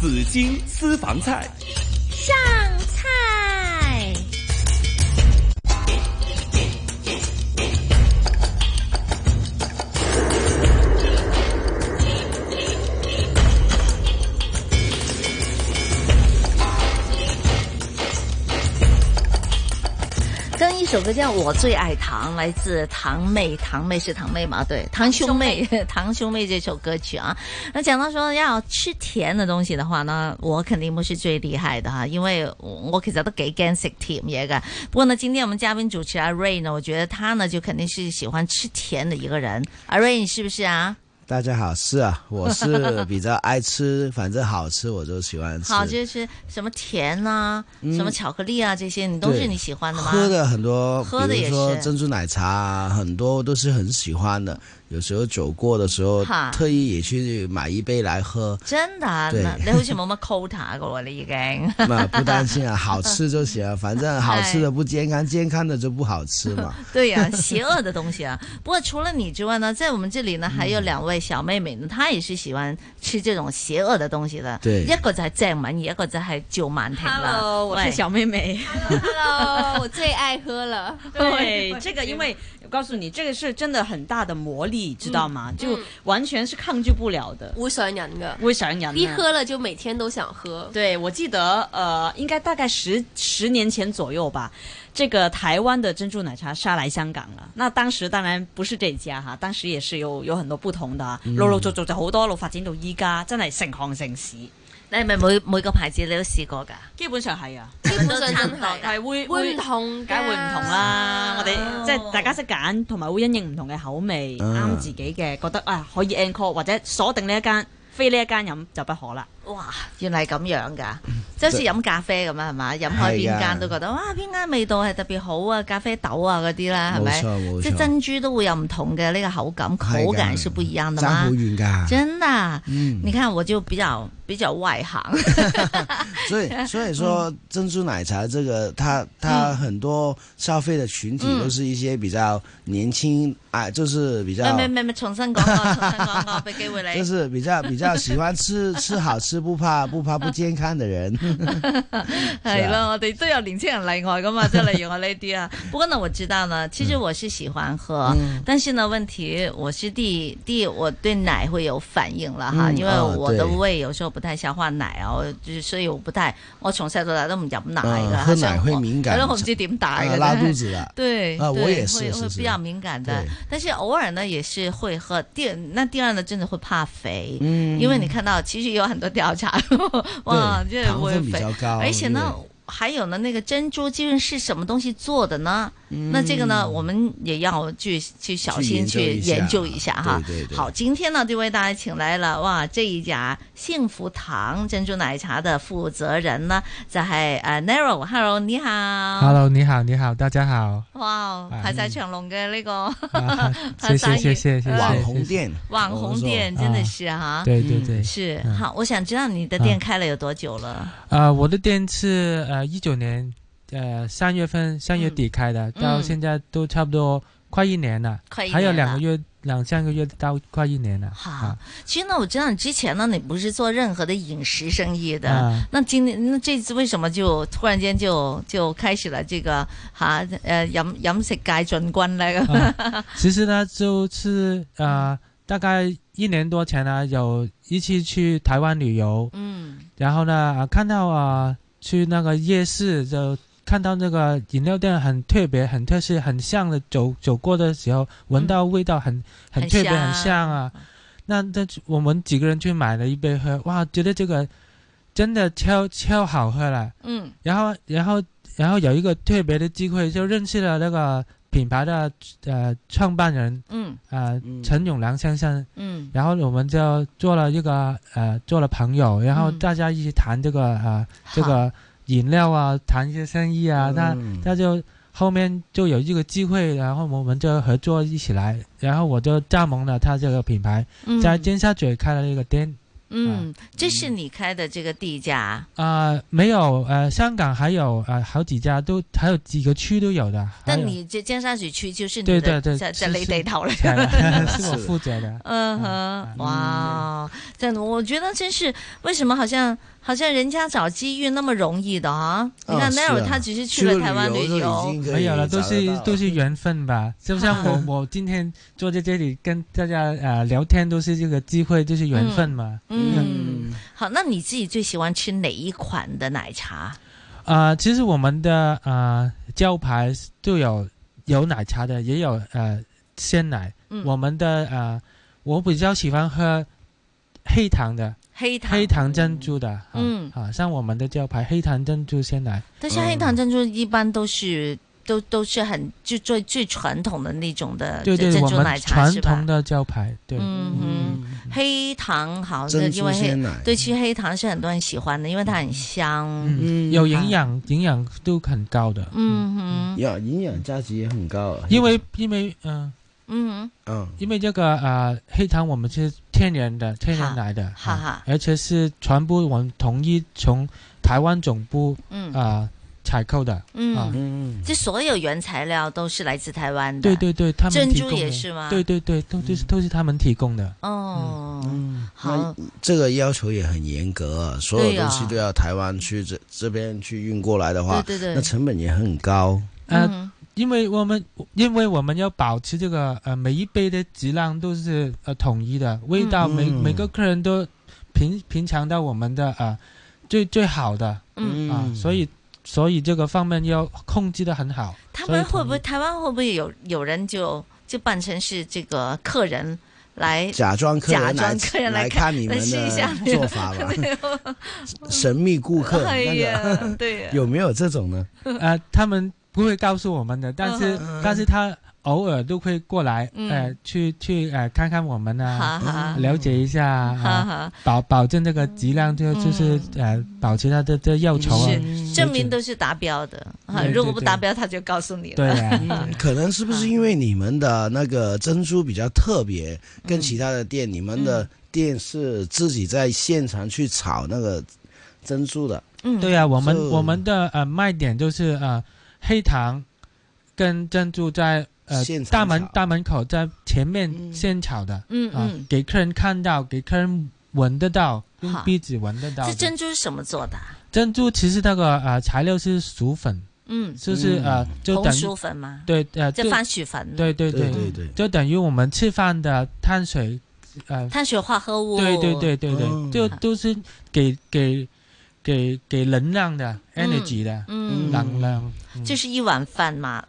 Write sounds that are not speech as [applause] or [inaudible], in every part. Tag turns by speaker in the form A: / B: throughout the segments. A: 紫荆私房菜。
B: 上菜。刚一首歌叫我最爱糖，来自堂妹，堂妹是堂妹嘛？对，堂兄妹， [laughs] 堂兄妹这首歌曲啊。那讲到说要吃甜的东西的话呢，我肯定不是最厉害的哈，因为我我其实都几惊食甜嘢嘅。不过呢，今天我们嘉宾主持阿 Ray 呢，我觉得他呢就肯定是喜欢吃甜的一个人。阿 Ray 你是不是啊？
C: 大家好，是啊，
B: [laughs]
C: 我是比较爱吃，反正好吃我就喜欢吃。
B: 好，就是什么甜啊，什么巧克力啊这些，你都是
C: 对
B: 你喜欢的吗？
C: 嗯喝的很多，
B: 喝的
C: 比
B: 也
C: 如说
B: 是
C: 珍珠奶茶啊，很多都是很喜欢的。有时候走过的时候
B: 哈，，
C: 特意也去买一杯来喝
B: 真的啊，
C: 对
B: 那你好似冇乜 quota 噶喎，你已
C: [laughs]
B: 经。
C: 那不担心啊，好吃
B: [laughs]
C: 就行啊。反正好吃的不健康，健康的就不好吃嘛。
B: 对呀、邪恶的东西啊。不过除了你之外呢，在我们这里呢，
C: 嗯
B: 还有两位小妹妹呢，她也是喜欢吃这种邪恶的东西的。
C: 对
B: 一个就系郑敏仪，一个就系赵曼婷啦。
D: Hello，我
B: 喂
D: 是小妹妹。
E: Hello，我最爱
D: [laughs]
E: 喝了。
D: 对，这个因为我告诉你，这个是真的很大的魔力，知道吗？就完全是抗拒不了的，
E: 无上瘾的，
D: 会上瘾。
E: 一。喝了就每天都想喝。
D: 啊对，我记得，呃，应该大概十十年前左右吧，这个台湾的珍珠奶茶杀来香港了。那当时当然不是这家哈，当时也是有有很多不同的啊，陸陸續續就好多路發展到依家，真係成行成市。
B: 你系咪每每个牌子你都试过噶？
D: 基本上係啊，
E: 基本上
B: 差唔
E: 真
B: 多
E: 係
B: 㗎
D: 係會
E: 會
D: 會
E: 唔同㗎，
D: 梗係會唔同啦！我哋即係大家識揀，同埋會因應唔同嘅口味，啱、
C: 啊
D: 自己嘅，覺得啊可以 encore 或者鎖定呢一間，非呢一間飲就不可啦。
B: 哇，原嚟係咁樣噶，
C: 嗯
B: 即係好似飲咖啡咁啊，係嘛？飲開邊間都覺
C: 啊
B: 得哇，邊間味道係特別好啊，咖啡豆啊嗰啲啦，係咪
C: 冇錯冇？錯
B: 即係珍珠都會有唔同嘅呢個口感，
C: 係㗎
B: 口感是不一樣的
C: 差
B: 嘛
C: 好。远噶，
B: 哎真的啊，
C: 嗯
B: 你看我就比較比較外行，
C: 所以
B: [laughs]
C: 所以说珍珠奶茶这个，它它
B: 嗯
C: 很多消费的群体都是一些比较年轻啊，就是比
B: 咩 [laughs]
C: 较
B: 咩咩咩，重新講過， [laughs] 重新講啊過，俾機會
C: [laughs] 就
B: 你。
C: 是比较比较喜欢吃 [laughs] 吃好吃不怕不怕不健康
B: [laughs]
C: 的人。
B: 係
C: 啊
B: 咯，我哋都有年輕人例外噶
C: [laughs]
B: 嘛，即係例如我呢啲啊。不過呢，我知道呢，其實我是喜歡喝，
C: 嗯
B: 但是呢，問題我是第第我對奶會有反應了哈，
C: 嗯
B: 因為
C: 啊
B: 我的
C: 對
B: 胃有時候不太消化奶啊，我就是所以我不太，我從細到大都唔飲奶
C: 嗯
B: 噶，
C: 喝
B: 所以
C: 奶會
B: 我
C: 敏感
B: 係咯，我唔知點大
C: 啊
B: 嘅
C: 拉
B: 啫
C: 肚子了。
B: 对
C: 啊
B: 对
C: 我也是
B: 会
C: 是
B: 会
C: 是
B: 比较敏感的
C: 对，
B: 但是偶尔呢也是会喝。第那第二呢，真的会怕肥， [laughs] 嗯，因为你看到其实有很多调查， [laughs] 哇，
C: 对
B: 这
C: 糖
B: 会
C: 分比
B: 肥
C: 较，高
B: 而且呢。还有呢，那个珍珠究竟是什么东西做的呢？那这个呢，我们也要去去小心
C: 嗯去
B: 去
C: 研究
B: 研究一
C: 一下
B: 下哈。
C: 对对对
B: 好，今天呢就为大家请来了哇，这一家幸福堂珍珠奶茶的负责人呢，就系诶 Nero，Hello，你好啊
F: Hello，你好，你好，大
B: [laughs]
F: 家好，
B: 哇，哦
F: 哎
B: 排晒長龍嘅呢個
F: 啊谢
B: 大
F: 谢
B: 爷
F: 谢谢谢谢，
C: 嗯网红店，
B: 網紅店，真的是哈，
F: 对对
D: 嗯
F: 哦对，
B: 是
F: 嗯
B: 好。我想知道你的店开了有多久了？
F: 呃，我的店是呃一九年呃三月份三月底开的，到
B: 嗯
F: 现在都差不多快一年了，
B: 快一
F: 还有
B: 年
F: 两
B: 了
F: 个月两三个月到快一年了，
B: 好，其实呢，我知道你之前呢，你不是做任何的饮食生意的，
F: 啊
B: 那今年那这次为什么就突然间就就开始了这个哈呃饮饮食界进军呢？
F: 啊其实呢，就是呃大概一年多前呢，有一次去台湾旅游，
B: 嗯
F: 然后呢，啊、看到啊、去那个夜市就看到那个饮料店很特别、很特色、很像的，走走过的时候闻到味道很、
B: 很
F: 很特别、
B: 香
F: 很像啊。那那我们几个人去买了一杯喝，哇，觉得这个真的超超好喝了。
B: 嗯
F: 然后然后然后有一个特别的机会，就认识了那个品牌的呃创办人
B: 嗯
F: 啊、呃
C: 嗯
F: 陈永良先生。
B: 嗯
F: 然后我们就做了一个呃，做了朋友，然后
B: 嗯
F: 大家一起谈这个呃这个饮料啊，谈一些生意啊，那
C: 嗯
F: 那就后面就有一个机会，然后我们就合作一起来，然后我就加盟了他这个品牌，
B: 嗯
F: 在尖沙咀开了一个店
B: 嗯，这是你开的这个第一家啊，
F: 啊、没有呃，香港还有呃好几家都还有几个区都有的，还有
B: 但你这尖沙咀区就是你
F: 对
B: 的
F: 对对
B: 在
F: 是
B: 在你
F: 是
B: 地头嚟。[laughs]
F: 是啊是我
C: 是
F: 负责的，
C: 嗯
B: 嗯哼，哇，真的，我觉得真是为什么好像好像人家找机遇那么容易的啊！
C: 啊
B: 你看
C: 是啊
B: Mary 他只是去
C: 去
B: 了台湾
C: 旅
B: 旅
C: 游都已
B: 游，
C: 经可以
F: 没有了，哎都
C: 找
F: 是
C: 得到
F: 都是缘
B: [laughs]
F: 分吧。就像我我今天坐在这里跟大家呃聊天，都是这个机会，就是缘分嘛。
B: 嗯，好，那你自己最喜欢吃哪一款的奶茶？
F: 啊、其实我们的啊招牌都有有奶茶的，也有呃鲜奶。
B: 嗯，
F: 我们的呃，我比较喜欢喝黑糖的，
B: 黑糖，
F: 黑糖珍珠的。啊
B: 嗯
F: 啊，像我们的招牌黑糖珍珠鲜奶。
B: 但
C: 嗯
B: 是黑糖珍珠一般都是、都都是很就最最传统的那种的
F: 对对，
B: 呃珍
F: 我
B: 珠
F: 们
B: 奶茶
F: 传
B: 是吧
F: 统？的招牌，对，
B: 嗯哼，黑糖好，那
C: 珍
B: 因
C: 珠
B: 为黑
C: 鲜奶，
B: 对，其实黑糖是很多人喜欢的，因为它很香。
F: 嗯，有营养，营养都很高的，
B: 嗯哼，
C: 呀，营养价值也很高啊。
F: 因为因为嗯、呃
B: 嗯
C: 嗯，
F: 因为这个呃黑糖我们是天然的，天然来的，
B: 哈
F: 啊
B: 哈
F: 而且是全部我们统一从台湾总部
B: 嗯嗯
F: 啊、呃采购的，啊
B: 嗯，
C: 嗯，
B: 这所有原材料都是来自台湾的。
F: 对对对，他们
B: 珍
F: 提
B: 珠
F: 供的
B: 也，是吗？嗯
F: 对。嗯对对，都都是都是他们提供的，
B: 哦，好
C: 嗯那，这个要求也很严格啊，所
B: 对
C: 有
B: 呀
C: 东西都要台湾去这这边去运过来的话，
B: 对对
C: 那
B: 对，
C: 成本也很高。
F: 呃，
B: 嗯
F: 因为我们因为我们要保持这个呃每一杯的质量都是呃统一的，味道
C: 嗯
F: 每、每个客人都品品尝到我们的呃最最好的
B: 嗯，
F: 啊、所以所以这个方面要控制的很好。
B: 他
F: 所以
B: 们会不会
F: 统
B: 台湾会不会有有人就就扮成是这个客人
C: [laughs]
B: 来？
C: 假装客人
B: 假
C: 来
B: 装客人来
C: 来
B: 看
C: 看你们
B: 来试一下
C: 的做法
B: [laughs]
C: 吧，神秘顾客
B: 哎
C: 那
B: 呀 [laughs]
C: 个，
B: 对呀，
C: 有没有这种呢？
F: 一呃他们不会告诉我们的，但是、
C: 嗯
F: 但是他偶尔都会过来、
B: 嗯
F: 呃去去呃看看我们啊，
B: 哈哈
F: 了解一下
B: 哈
F: 啊，
B: 哈，
F: 保保证这个质量就
B: 嗯
F: 就是呃保持它的这要求啊。
B: 是证
F: 对
B: 明都是达标的啊，
F: 对
B: 如果不
F: 对对
B: 达标，他就告诉你了。
F: 对啊呀、
B: 嗯
C: 可能是不是因为你们的那个珍珠比较特别，
B: 嗯
C: 跟其他的店，你们的店是自己在现场去炒那个珍珠的，
B: 嗯，
F: 对呀、啊我们
C: So-
F: 我们的呃卖点就是呃黑糖跟珍珠在呃
C: 现场
F: 大门
C: 炒
F: 大门口在前面
C: 嗯
F: 现炒的，
B: 嗯
F: 啊、
B: 嗯，
F: 给客人看到，给客人闻得到，用
B: 好
F: 啊鼻子闻得到的。
B: 这珍珠是什么做的啊？
F: 珍珠其实那个呃材料是薯粉，
B: 嗯，
F: 就是、
C: 嗯
F: 呃就
B: 红
F: 等
B: 薯
F: 于
B: 粉吗？
F: 对呃
B: 这
F: 就
B: 番薯粉，
F: 对对
C: 对对
F: 对，
C: 对，
F: 就等于我们吃饭的碳水呃
B: 碳水化合物，
F: 对对，对对对，
C: 嗯
F: 就都是给给给给能量的、
B: 嗯
F: energy 的
B: 嗯，
F: 能量，
B: 就是一碗饭
F: [laughs]
B: 嘛，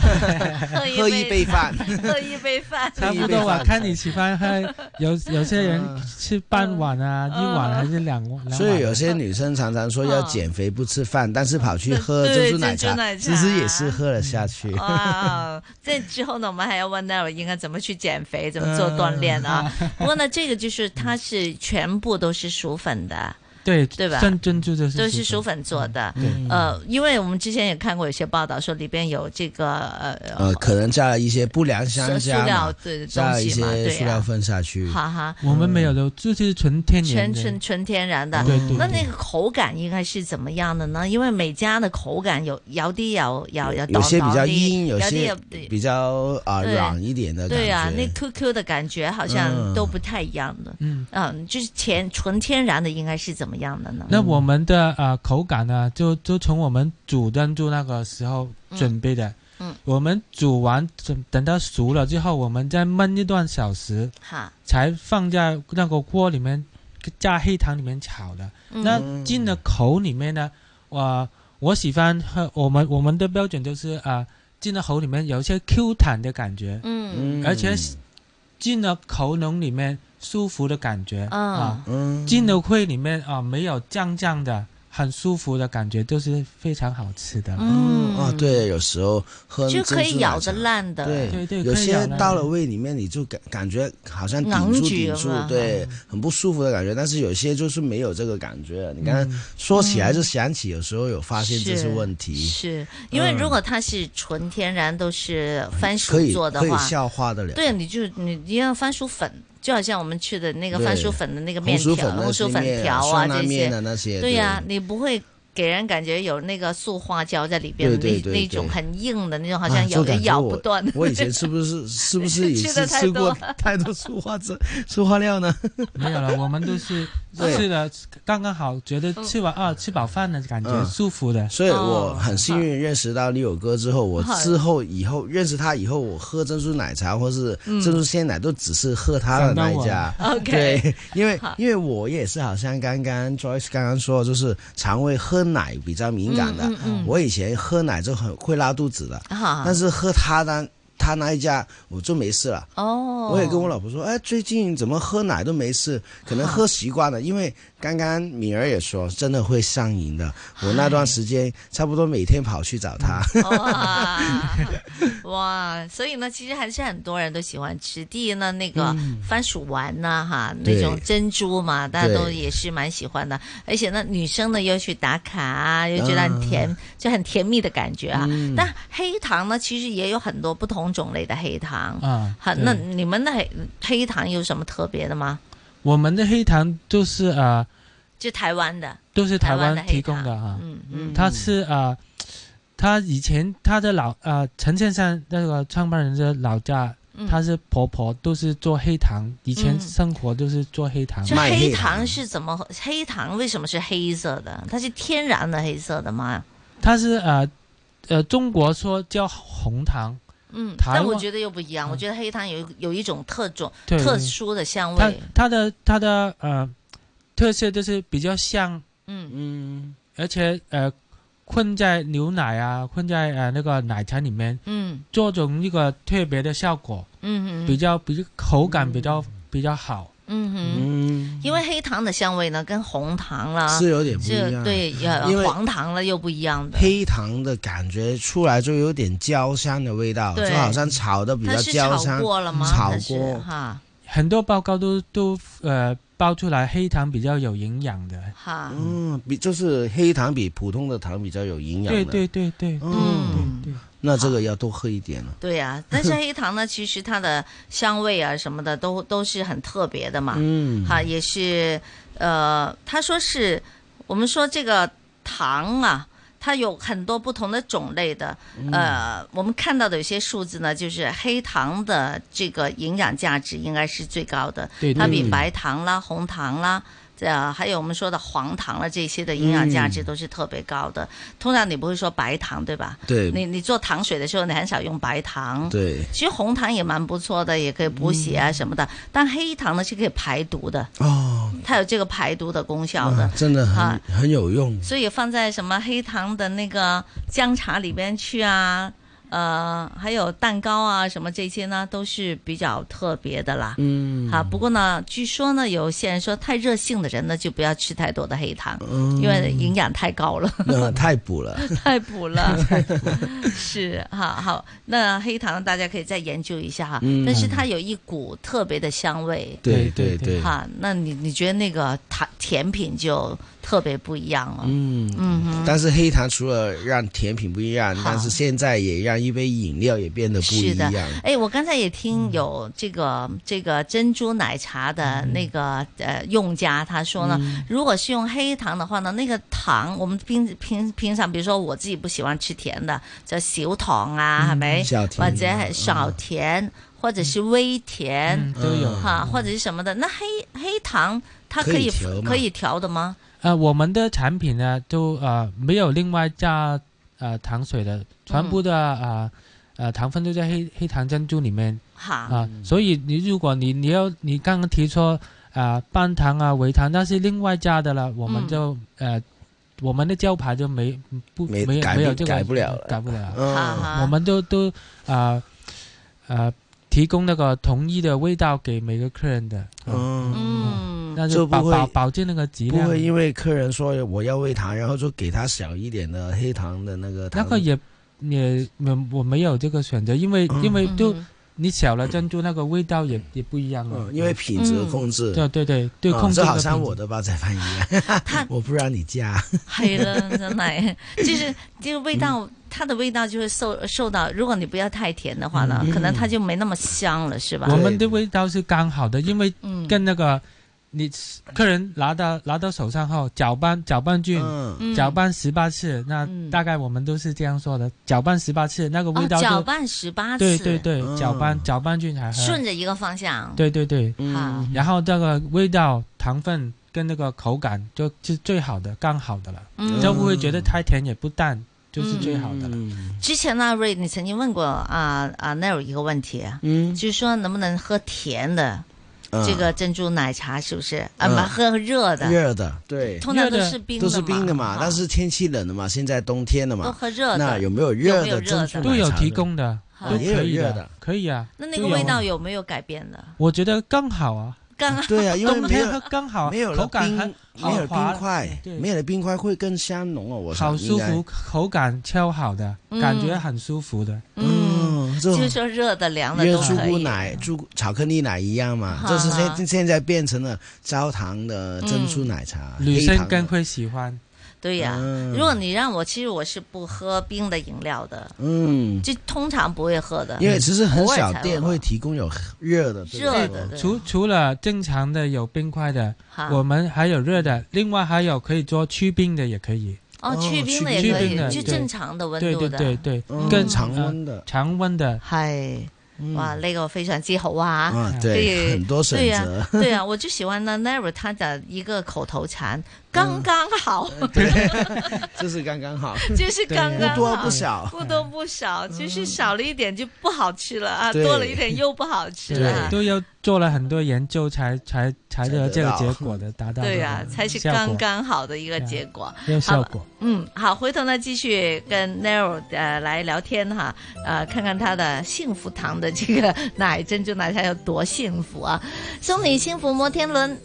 B: 喝一
C: 喝一杯饭，
B: 喝一杯饭，
F: 差不
C: 一杯
F: 多吧。
C: 饭
F: 看你喜欢喝，有有些人
C: [laughs] 嗯
F: 吃半碗啊，一
B: 嗯
F: 碗还是两碗。 [laughs]
C: 所以
F: 两
C: 有
F: 碗
C: 些女生常常说要减肥不吃饭，但是跑去喝珍珠奶
B: [laughs] 对珍
C: 茶
B: 珠奶，茶
C: 其实也是喝了下去。
B: 哇，这之后呢，我们还要问 n e 应该怎么去减肥，怎么做锻炼啊？
F: 嗯
B: 不过呢，这个就是它是全部都是薯粉的，
F: 对
B: 对吧
F: 珍珍珠就是嗯
B: 都是薯
F: 粉，
B: 粉做的。
F: 对
B: 呃，因为我们之前也看过有些报道说里边有这个呃
C: 呃，可能加了一些不良香
B: 塑塑
C: 蕉
B: 料
C: 嘛，
B: 的
C: 加
B: 东
C: 了一
B: 西
C: 些
B: 嘛，对
C: 塑料
B: 呀，
C: 粉下去，
B: 哈哈，
F: 我们没有的，就是纯天然
B: 嗯全
F: 的。
B: 纯纯天然的。
C: 嗯
F: 对对，
B: 那
F: 对
B: 那个口感應該是怎麼樣的呢？因為每家的口感有有啲有有有
C: 有些比
B: 有
C: 较
B: 啲
C: 硬，有
B: 啲
C: 些
B: 有
C: 比较啊
B: 对
C: 软一点的感觉。
B: 对啊，那 QQ 的感覺好像都不太一樣的。
F: 嗯。
B: 嗯，就是天纯天然的應該是怎麼樣的呢？
F: 那我们的呃口感呢，就就从我们煮珍珠那个时候准备的。
B: 嗯嗯
F: 我们煮完等等它熟了之后，我们再焖一段小时，
B: 哈，
F: 才放在那个锅里面加黑糖里面炒的。
B: 嗯
F: 那进了口里面呢，我、我喜欢喝我们我们的标准就是啊、呃进了口里面有一些 Q 弹的感觉，
B: 嗯
C: 嗯
F: 而且进了口咙里面舒服的感觉啊。
B: 嗯
C: 嗯
F: 进的会里面啊，没有酱酱的，很舒服的感觉，都是非常好吃的。
B: 嗯
C: 啊，，对，有时候喝
B: 就可
C: 珍
B: 以
C: 珠奶
B: 咬着
C: 茶
B: 爛的。
C: 对
F: 对对
C: 有
F: 可以咬
C: 些
F: 的
C: 到了胃里面，你就感感觉好像顶
B: 昂
C: 住
B: 举
C: 顶
B: 了
C: 住
B: 嘛，
C: 对，很不舒服的感觉。但是有些就是没有这个感觉。你刚才
F: 嗯
B: 嗯
C: 说起来就想起，有时候有发现这
B: 是
C: 是问题，
B: 是因為如果它是純天然都是番薯
C: 嗯可以
B: 嗯做的
C: 可以
B: 話，
C: 消化得了。
B: 对，你就你你要番薯粉，就好像我们去的那个
C: 对
B: 番薯粉的那个
C: 红
B: 面
C: 薯
B: 条、啊
C: 粉那
B: 红
C: 些
B: 薯粉
C: 面
B: 条啊
C: 酸辣
B: 这
C: 面
B: 些，
C: 啊那些，
B: 对呀、你不会。给人感觉有那个塑化胶在里边的
C: 对对对
B: 那那种
C: 对
B: 很硬的那种，好
C: 啊
B: 像
C: 就
B: 有的
C: 感觉
B: 咬
C: 我
B: 不断。
C: [laughs] 我以前是不是是不是
B: [laughs]
C: 也
B: 吃得
C: 是
B: 太
C: 吃过
B: 多
C: [laughs]
B: 哦
C: 太多塑化质、塑化料呢？
B: 嗯 [laughs]
F: 没有了，我们都是
C: 对
F: 吃了刚刚好，觉得吃完啊吃饱饭了，感觉
C: 嗯
F: 舒服的。
C: 所以我很幸运认识到李友哥之后，我之后以后认识他以后，我喝珍珠奶茶或是
B: 嗯
C: 珍珠鲜奶都只是喝他的那一家。
D: OK，
C: 对，因为因为我也是，好像刚刚 Joyce 刚刚说，就是肠胃喝奶比较敏
B: 嗯
C: 感的。我以前喝奶就很会拉肚子的，
B: 哈
C: 但是喝他的他那一家我就没事了。
B: 哦，
C: 我也跟我老婆说，哎，最近怎么喝奶都没事，可能喝习惯了。因为刚刚敏儿也说，真的会上瘾的。我那段时间差不多每天跑去找她。
B: 嗯哇 [laughs] 哇，所以呢，其实还是很多人都喜欢吃。第一呢，那个番薯丸呐、哈，那
C: 对
B: 种珍珠嘛，大家
C: 对
B: 都也是蛮喜欢的。而且呢，女生呢又去打卡啊，又觉得很甜，就很甜蜜的感觉
C: 嗯
B: 啊。但黑糖呢，其实也有很多不同种类的黑糖。
F: 啊，
B: 好，
F: 对
B: 那你们的黑黑糖有什么特别的吗？
F: 我们的黑糖就是啊，
B: 就台湾的，
F: 都是台
B: 湾
F: 湾
B: 的黑
F: 提供的
B: 糖
F: 哈。
B: 嗯嗯，
F: 他是啊、呃他以前他的老啊、呃陈先生那个创办人的老家，
B: 嗯
F: 他是婆婆都是做黑糖，以前
B: 嗯
F: 生活都是做黑糖。
B: 就
C: 卖
B: 黑
C: 黑
B: 糖
C: 糖
B: 是怎么？黑糖为什么是黑色的？它是天然的黑色的吗？
F: 他是呃呃中国说叫红糖，
B: 嗯，
F: 台
B: 但我
F: 湾
B: 觉得又不一
C: 嗯
B: 样。我觉得黑糖有有一种特种、
F: 对，
B: 特殊的香
F: 它
B: 味。
F: 它的它的呃特色就是比较香，
B: 嗯
C: 嗯，
F: 而且呃混在牛奶啊，混在呃那个奶茶里面，
B: 嗯
F: 做成一个特别的效果，
B: 嗯
F: 比
B: 嗯
F: 较比较口感比较、比较好。
B: 嗯哼，
C: 嗯，
B: 因为黑糖的香味呢，跟红糖啦，
C: 是有点不一
B: 是
C: 样。，
B: 对呃
C: 因为
B: 黄糖了又不一样的。
C: 黑糖的感觉出来就有点焦香的味道，
B: 对
C: 就好像炒的比
B: 它
C: 较
B: 是
C: 焦
B: 炒
C: 香。嗯
B: 过了吗？
C: 炒
B: 它是
C: 过
B: 哈
F: 很多报告都都呃爆出来黑糖比较有营养的，
B: 哈，
C: 嗯，比就是黑糖比普通的糖比较有营养
F: 对
C: 的。
F: 对对对
C: 嗯，
B: 嗯。
F: 对，
C: 那这个要多喝一点了。哦
B: 对呀、但是黑糖呢，其实它的香味啊什么的都都是很特别的嘛，
C: 嗯，
B: 哈，也是呃，他说是我们说这个糖啊，它有很多不同的种类的，
C: 嗯
B: 呃，我们看到的有些数字呢，就是黑糖的这个营养价值应该是最高的，
F: 对
B: 它
F: 对
B: 比
C: 嗯
B: 白糖啦、红糖啦。呃，还有我们说的黄糖啦，这些的营养价
C: 嗯
B: 值都是特别高的。通常你不会说白糖对吧？你
C: 对
B: 你做糖水的时候，你很少用白糖。
C: 对嗯
B: 其实红糖也蛮不错的，也可以补血啊什么的。但黑糖呢是可以排毒的，
C: 哦，
B: 它有这个排毒的功效的
C: 啊。真的
B: 啊
C: 很很有用。
B: 所以放在什么黑糖的那个姜茶里边去啊，呃，还有蛋糕啊什么这些呢，都是比较特别的啦。
C: 嗯，
B: 啊，不过呢，据说呢，有些人说太热性的人呢，就不要吃太多的黑糖，因为营养太高 [laughs] 了。
C: 嗯那太补
B: [laughs]
C: 了。
B: 太补了，是哈好。那黑糖大家可以再研究一下哈，
C: 嗯
B: 但是它有一股特别的香味
C: 对
F: 对
C: 对
F: 对
C: 对，
B: 哈。那你你觉得那个糖甜品就特别不一样了？
C: 嗯
B: 嗯哼，
C: 但是黑糖除了让甜品不一样
B: 好，
C: 但是现在也让一杯饮料也变得不
B: 是
C: 一
B: 的
C: 样。
B: 哎，我刚才也听有这个、这个珍珠奶茶的那个、呃用家，他说呢，如果是用黑糖的话呢，那个糖我们平平平常，比如说我自己不喜欢吃甜的，叫小糖啊，系咪、
C: 小
B: 或
C: 甜啊
B: 者係少甜，或者是微甜
F: 嗯，都有
C: 嗯
B: 哈、或者是什么的。那黑黑糖它可以
C: 可以调嘛
B: 可以调的吗？
F: 呃，我们的产品呢，就呃没有另外加呃糖水的，全部的啊呃呃糖分都在黑黑糖珍珠里面
B: 哈，
F: 啊、所以你如果你你要你刚刚提出啊、半糖啊微糖，那是另外加的了，我们
B: 嗯
F: 就、呃我们的招牌就没不
C: 没
F: 没有
C: 改不
F: 没有这个
C: 改不了了
F: 改不了，
B: 哈
C: 嗯，
B: 哈，
F: 我们都都啊呃提供那个统一的味道给每个客人的，嗯，
C: 嗯，
B: 嗯，
F: 那
C: 就
F: 就
C: 不
F: 保
C: 会
F: 保保证那个质
C: 不
F: 量。啊
C: 会因为客人说我要微糖，然后就给他小一点的黑糖的那个
F: 那
C: 糖。
F: 个也也没我没有这个选择，因为因为就
B: 嗯
F: 你少了珍珠，那个味道也也不一样了
C: 嗯，。因为品质控制。
F: 对对对嗯对，
C: 啊
F: 控制
C: 这
F: 的
C: 好
F: 品
C: 像
F: 质
C: 我的煲仔饭一样
B: [laughs] 他，
C: 我不让你加。
B: 系啦，真系， [laughs] 就是这个味
F: 嗯
B: 道，它的味道就会受受到，如果你不要太甜的话呢，可能它就没那么香了，是吧
F: 嗯我？
C: 对
F: 们的味道是刚好的，因为
B: 嗯，
F: 跟那个你客人拿到拿到手上后，搅拌搅拌菌。
C: 嗯，
B: 嗯
F: 搅拌十八次，那
B: 嗯
F: 大概我们都是这样说的，搅拌十八次，那个
B: 哦
F: 味，道就、
B: 搅拌十八次，
F: 对对对，
C: 嗯
F: 搅拌搅拌菌才喝，
B: 顺着一个方向，
F: 对对对，
B: 哈，
F: 然后这个味道、糖分跟那个口感就是最好的，刚好的了，
B: 嗯
F: 就不会觉得太甜也不淡，就是最好的了。
C: 嗯
B: 之前呢，瑞，你曾经问过啊啊 n e r 一个问题，
C: 嗯，
B: 就是说能不能喝甜的
C: 嗯
B: 这个珍珠奶茶，是不是？啊，
C: 嗯
B: 不，喝热的，
C: 热的对，
B: 通常都
F: 热的
B: 是啊冰的
C: 都是冰的嘛
B: 啊，
C: 但是天气冷了嘛，现在冬天了
B: 都
C: 嘛，
B: 喝热
C: 那
B: 的
C: 有。没有热
B: 有没有
C: 的
B: 热的
C: 珍珠奶茶
F: 都有提
C: 呢？
F: 供的，
B: 啊
F: 都
C: 也有
F: 可以
C: 热的
F: 可以啊。
B: 那那
F: 都
B: 个
F: 有
B: 味道，有没有改变呢？
F: 我觉得刚好啊，
B: 刚刚
C: 对啊，因为
F: 冬
C: 没
F: 天
C: 有
F: 喝刚好，
C: 没有了
F: 口感
C: 冰
F: 很，
C: 没有
F: 好滑
C: 冰块，
F: 对
C: 没有了冰块会更香浓哦，我想
F: 好舒
C: 应该
F: 服，口感超好的，
B: 嗯
F: 感觉很舒服的。
B: 嗯，
C: 嗯，这
B: 就
C: 种
B: 是说热的、凉的
C: 约
B: 都
C: 朱
B: 可
C: 古
B: 以。
C: 奶、朱巧克力奶一样嘛，
B: 哈
C: 这是
B: 哈
C: 现现在变成了焦糖的珍珠奶茶，
F: 嗯女
C: 黑
F: 生
C: 糖的
F: 更会喜欢，
B: 对呀、
C: 嗯
B: 如果你让我，其实我是不喝冰的饮料的，
C: 嗯，
B: 就通常不会喝的。
C: 因为其实很少
B: 偶尔才会
C: 店会提供有热的，对不对
B: 热的，对啊
F: 除除了正常的有冰块的，
B: 哈
F: 我们还有热的，另外还有可以做去冰的也可以，
B: 哦，
C: 哦
B: 去冰的也
F: 去
B: 可
F: 冰
B: 以，
F: 的
B: 就
F: 对
B: 正常的温
F: 对
B: 度
F: 对
B: 的。
F: 对对，
C: 嗯
F: 跟
C: 常
F: 呃
C: 温的
F: 常温的，
B: 系，
C: 嗯
B: 哇，呢、個个非常之好啊！
C: 啊，
B: 对
C: 对，很多选
B: 对呀、
C: [laughs] 择，
B: 对啊呀、我就喜欢呢 n a r 他的一个口头禅，刚刚好，
C: 嗯这是刚刚好，
B: [laughs] 就是 [laughs] 刚
C: 不
B: 刚好，
C: 多不少，嗯
B: 不多不少，就是少了一点就不好吃了啊，
C: 对
B: 多了一点又不好吃了啊。
F: 都要做了很多研究才才才
C: 才
F: 有
C: 得
F: 这个
C: 到
F: 结果的，达到
B: 对
F: 这
B: 呀、
F: 个
B: 才是
F: 效
B: 刚
F: 果
B: 刚好的一个结果。
F: 要
B: 好
F: 效
B: 吧
F: 果。
B: 嗯，好，回头呢继续跟 Nero 呃来聊天哈，呃，看看他的幸福堂的 [laughs] 这个奶珍珠奶茶有多幸福啊！送你幸福摩天轮。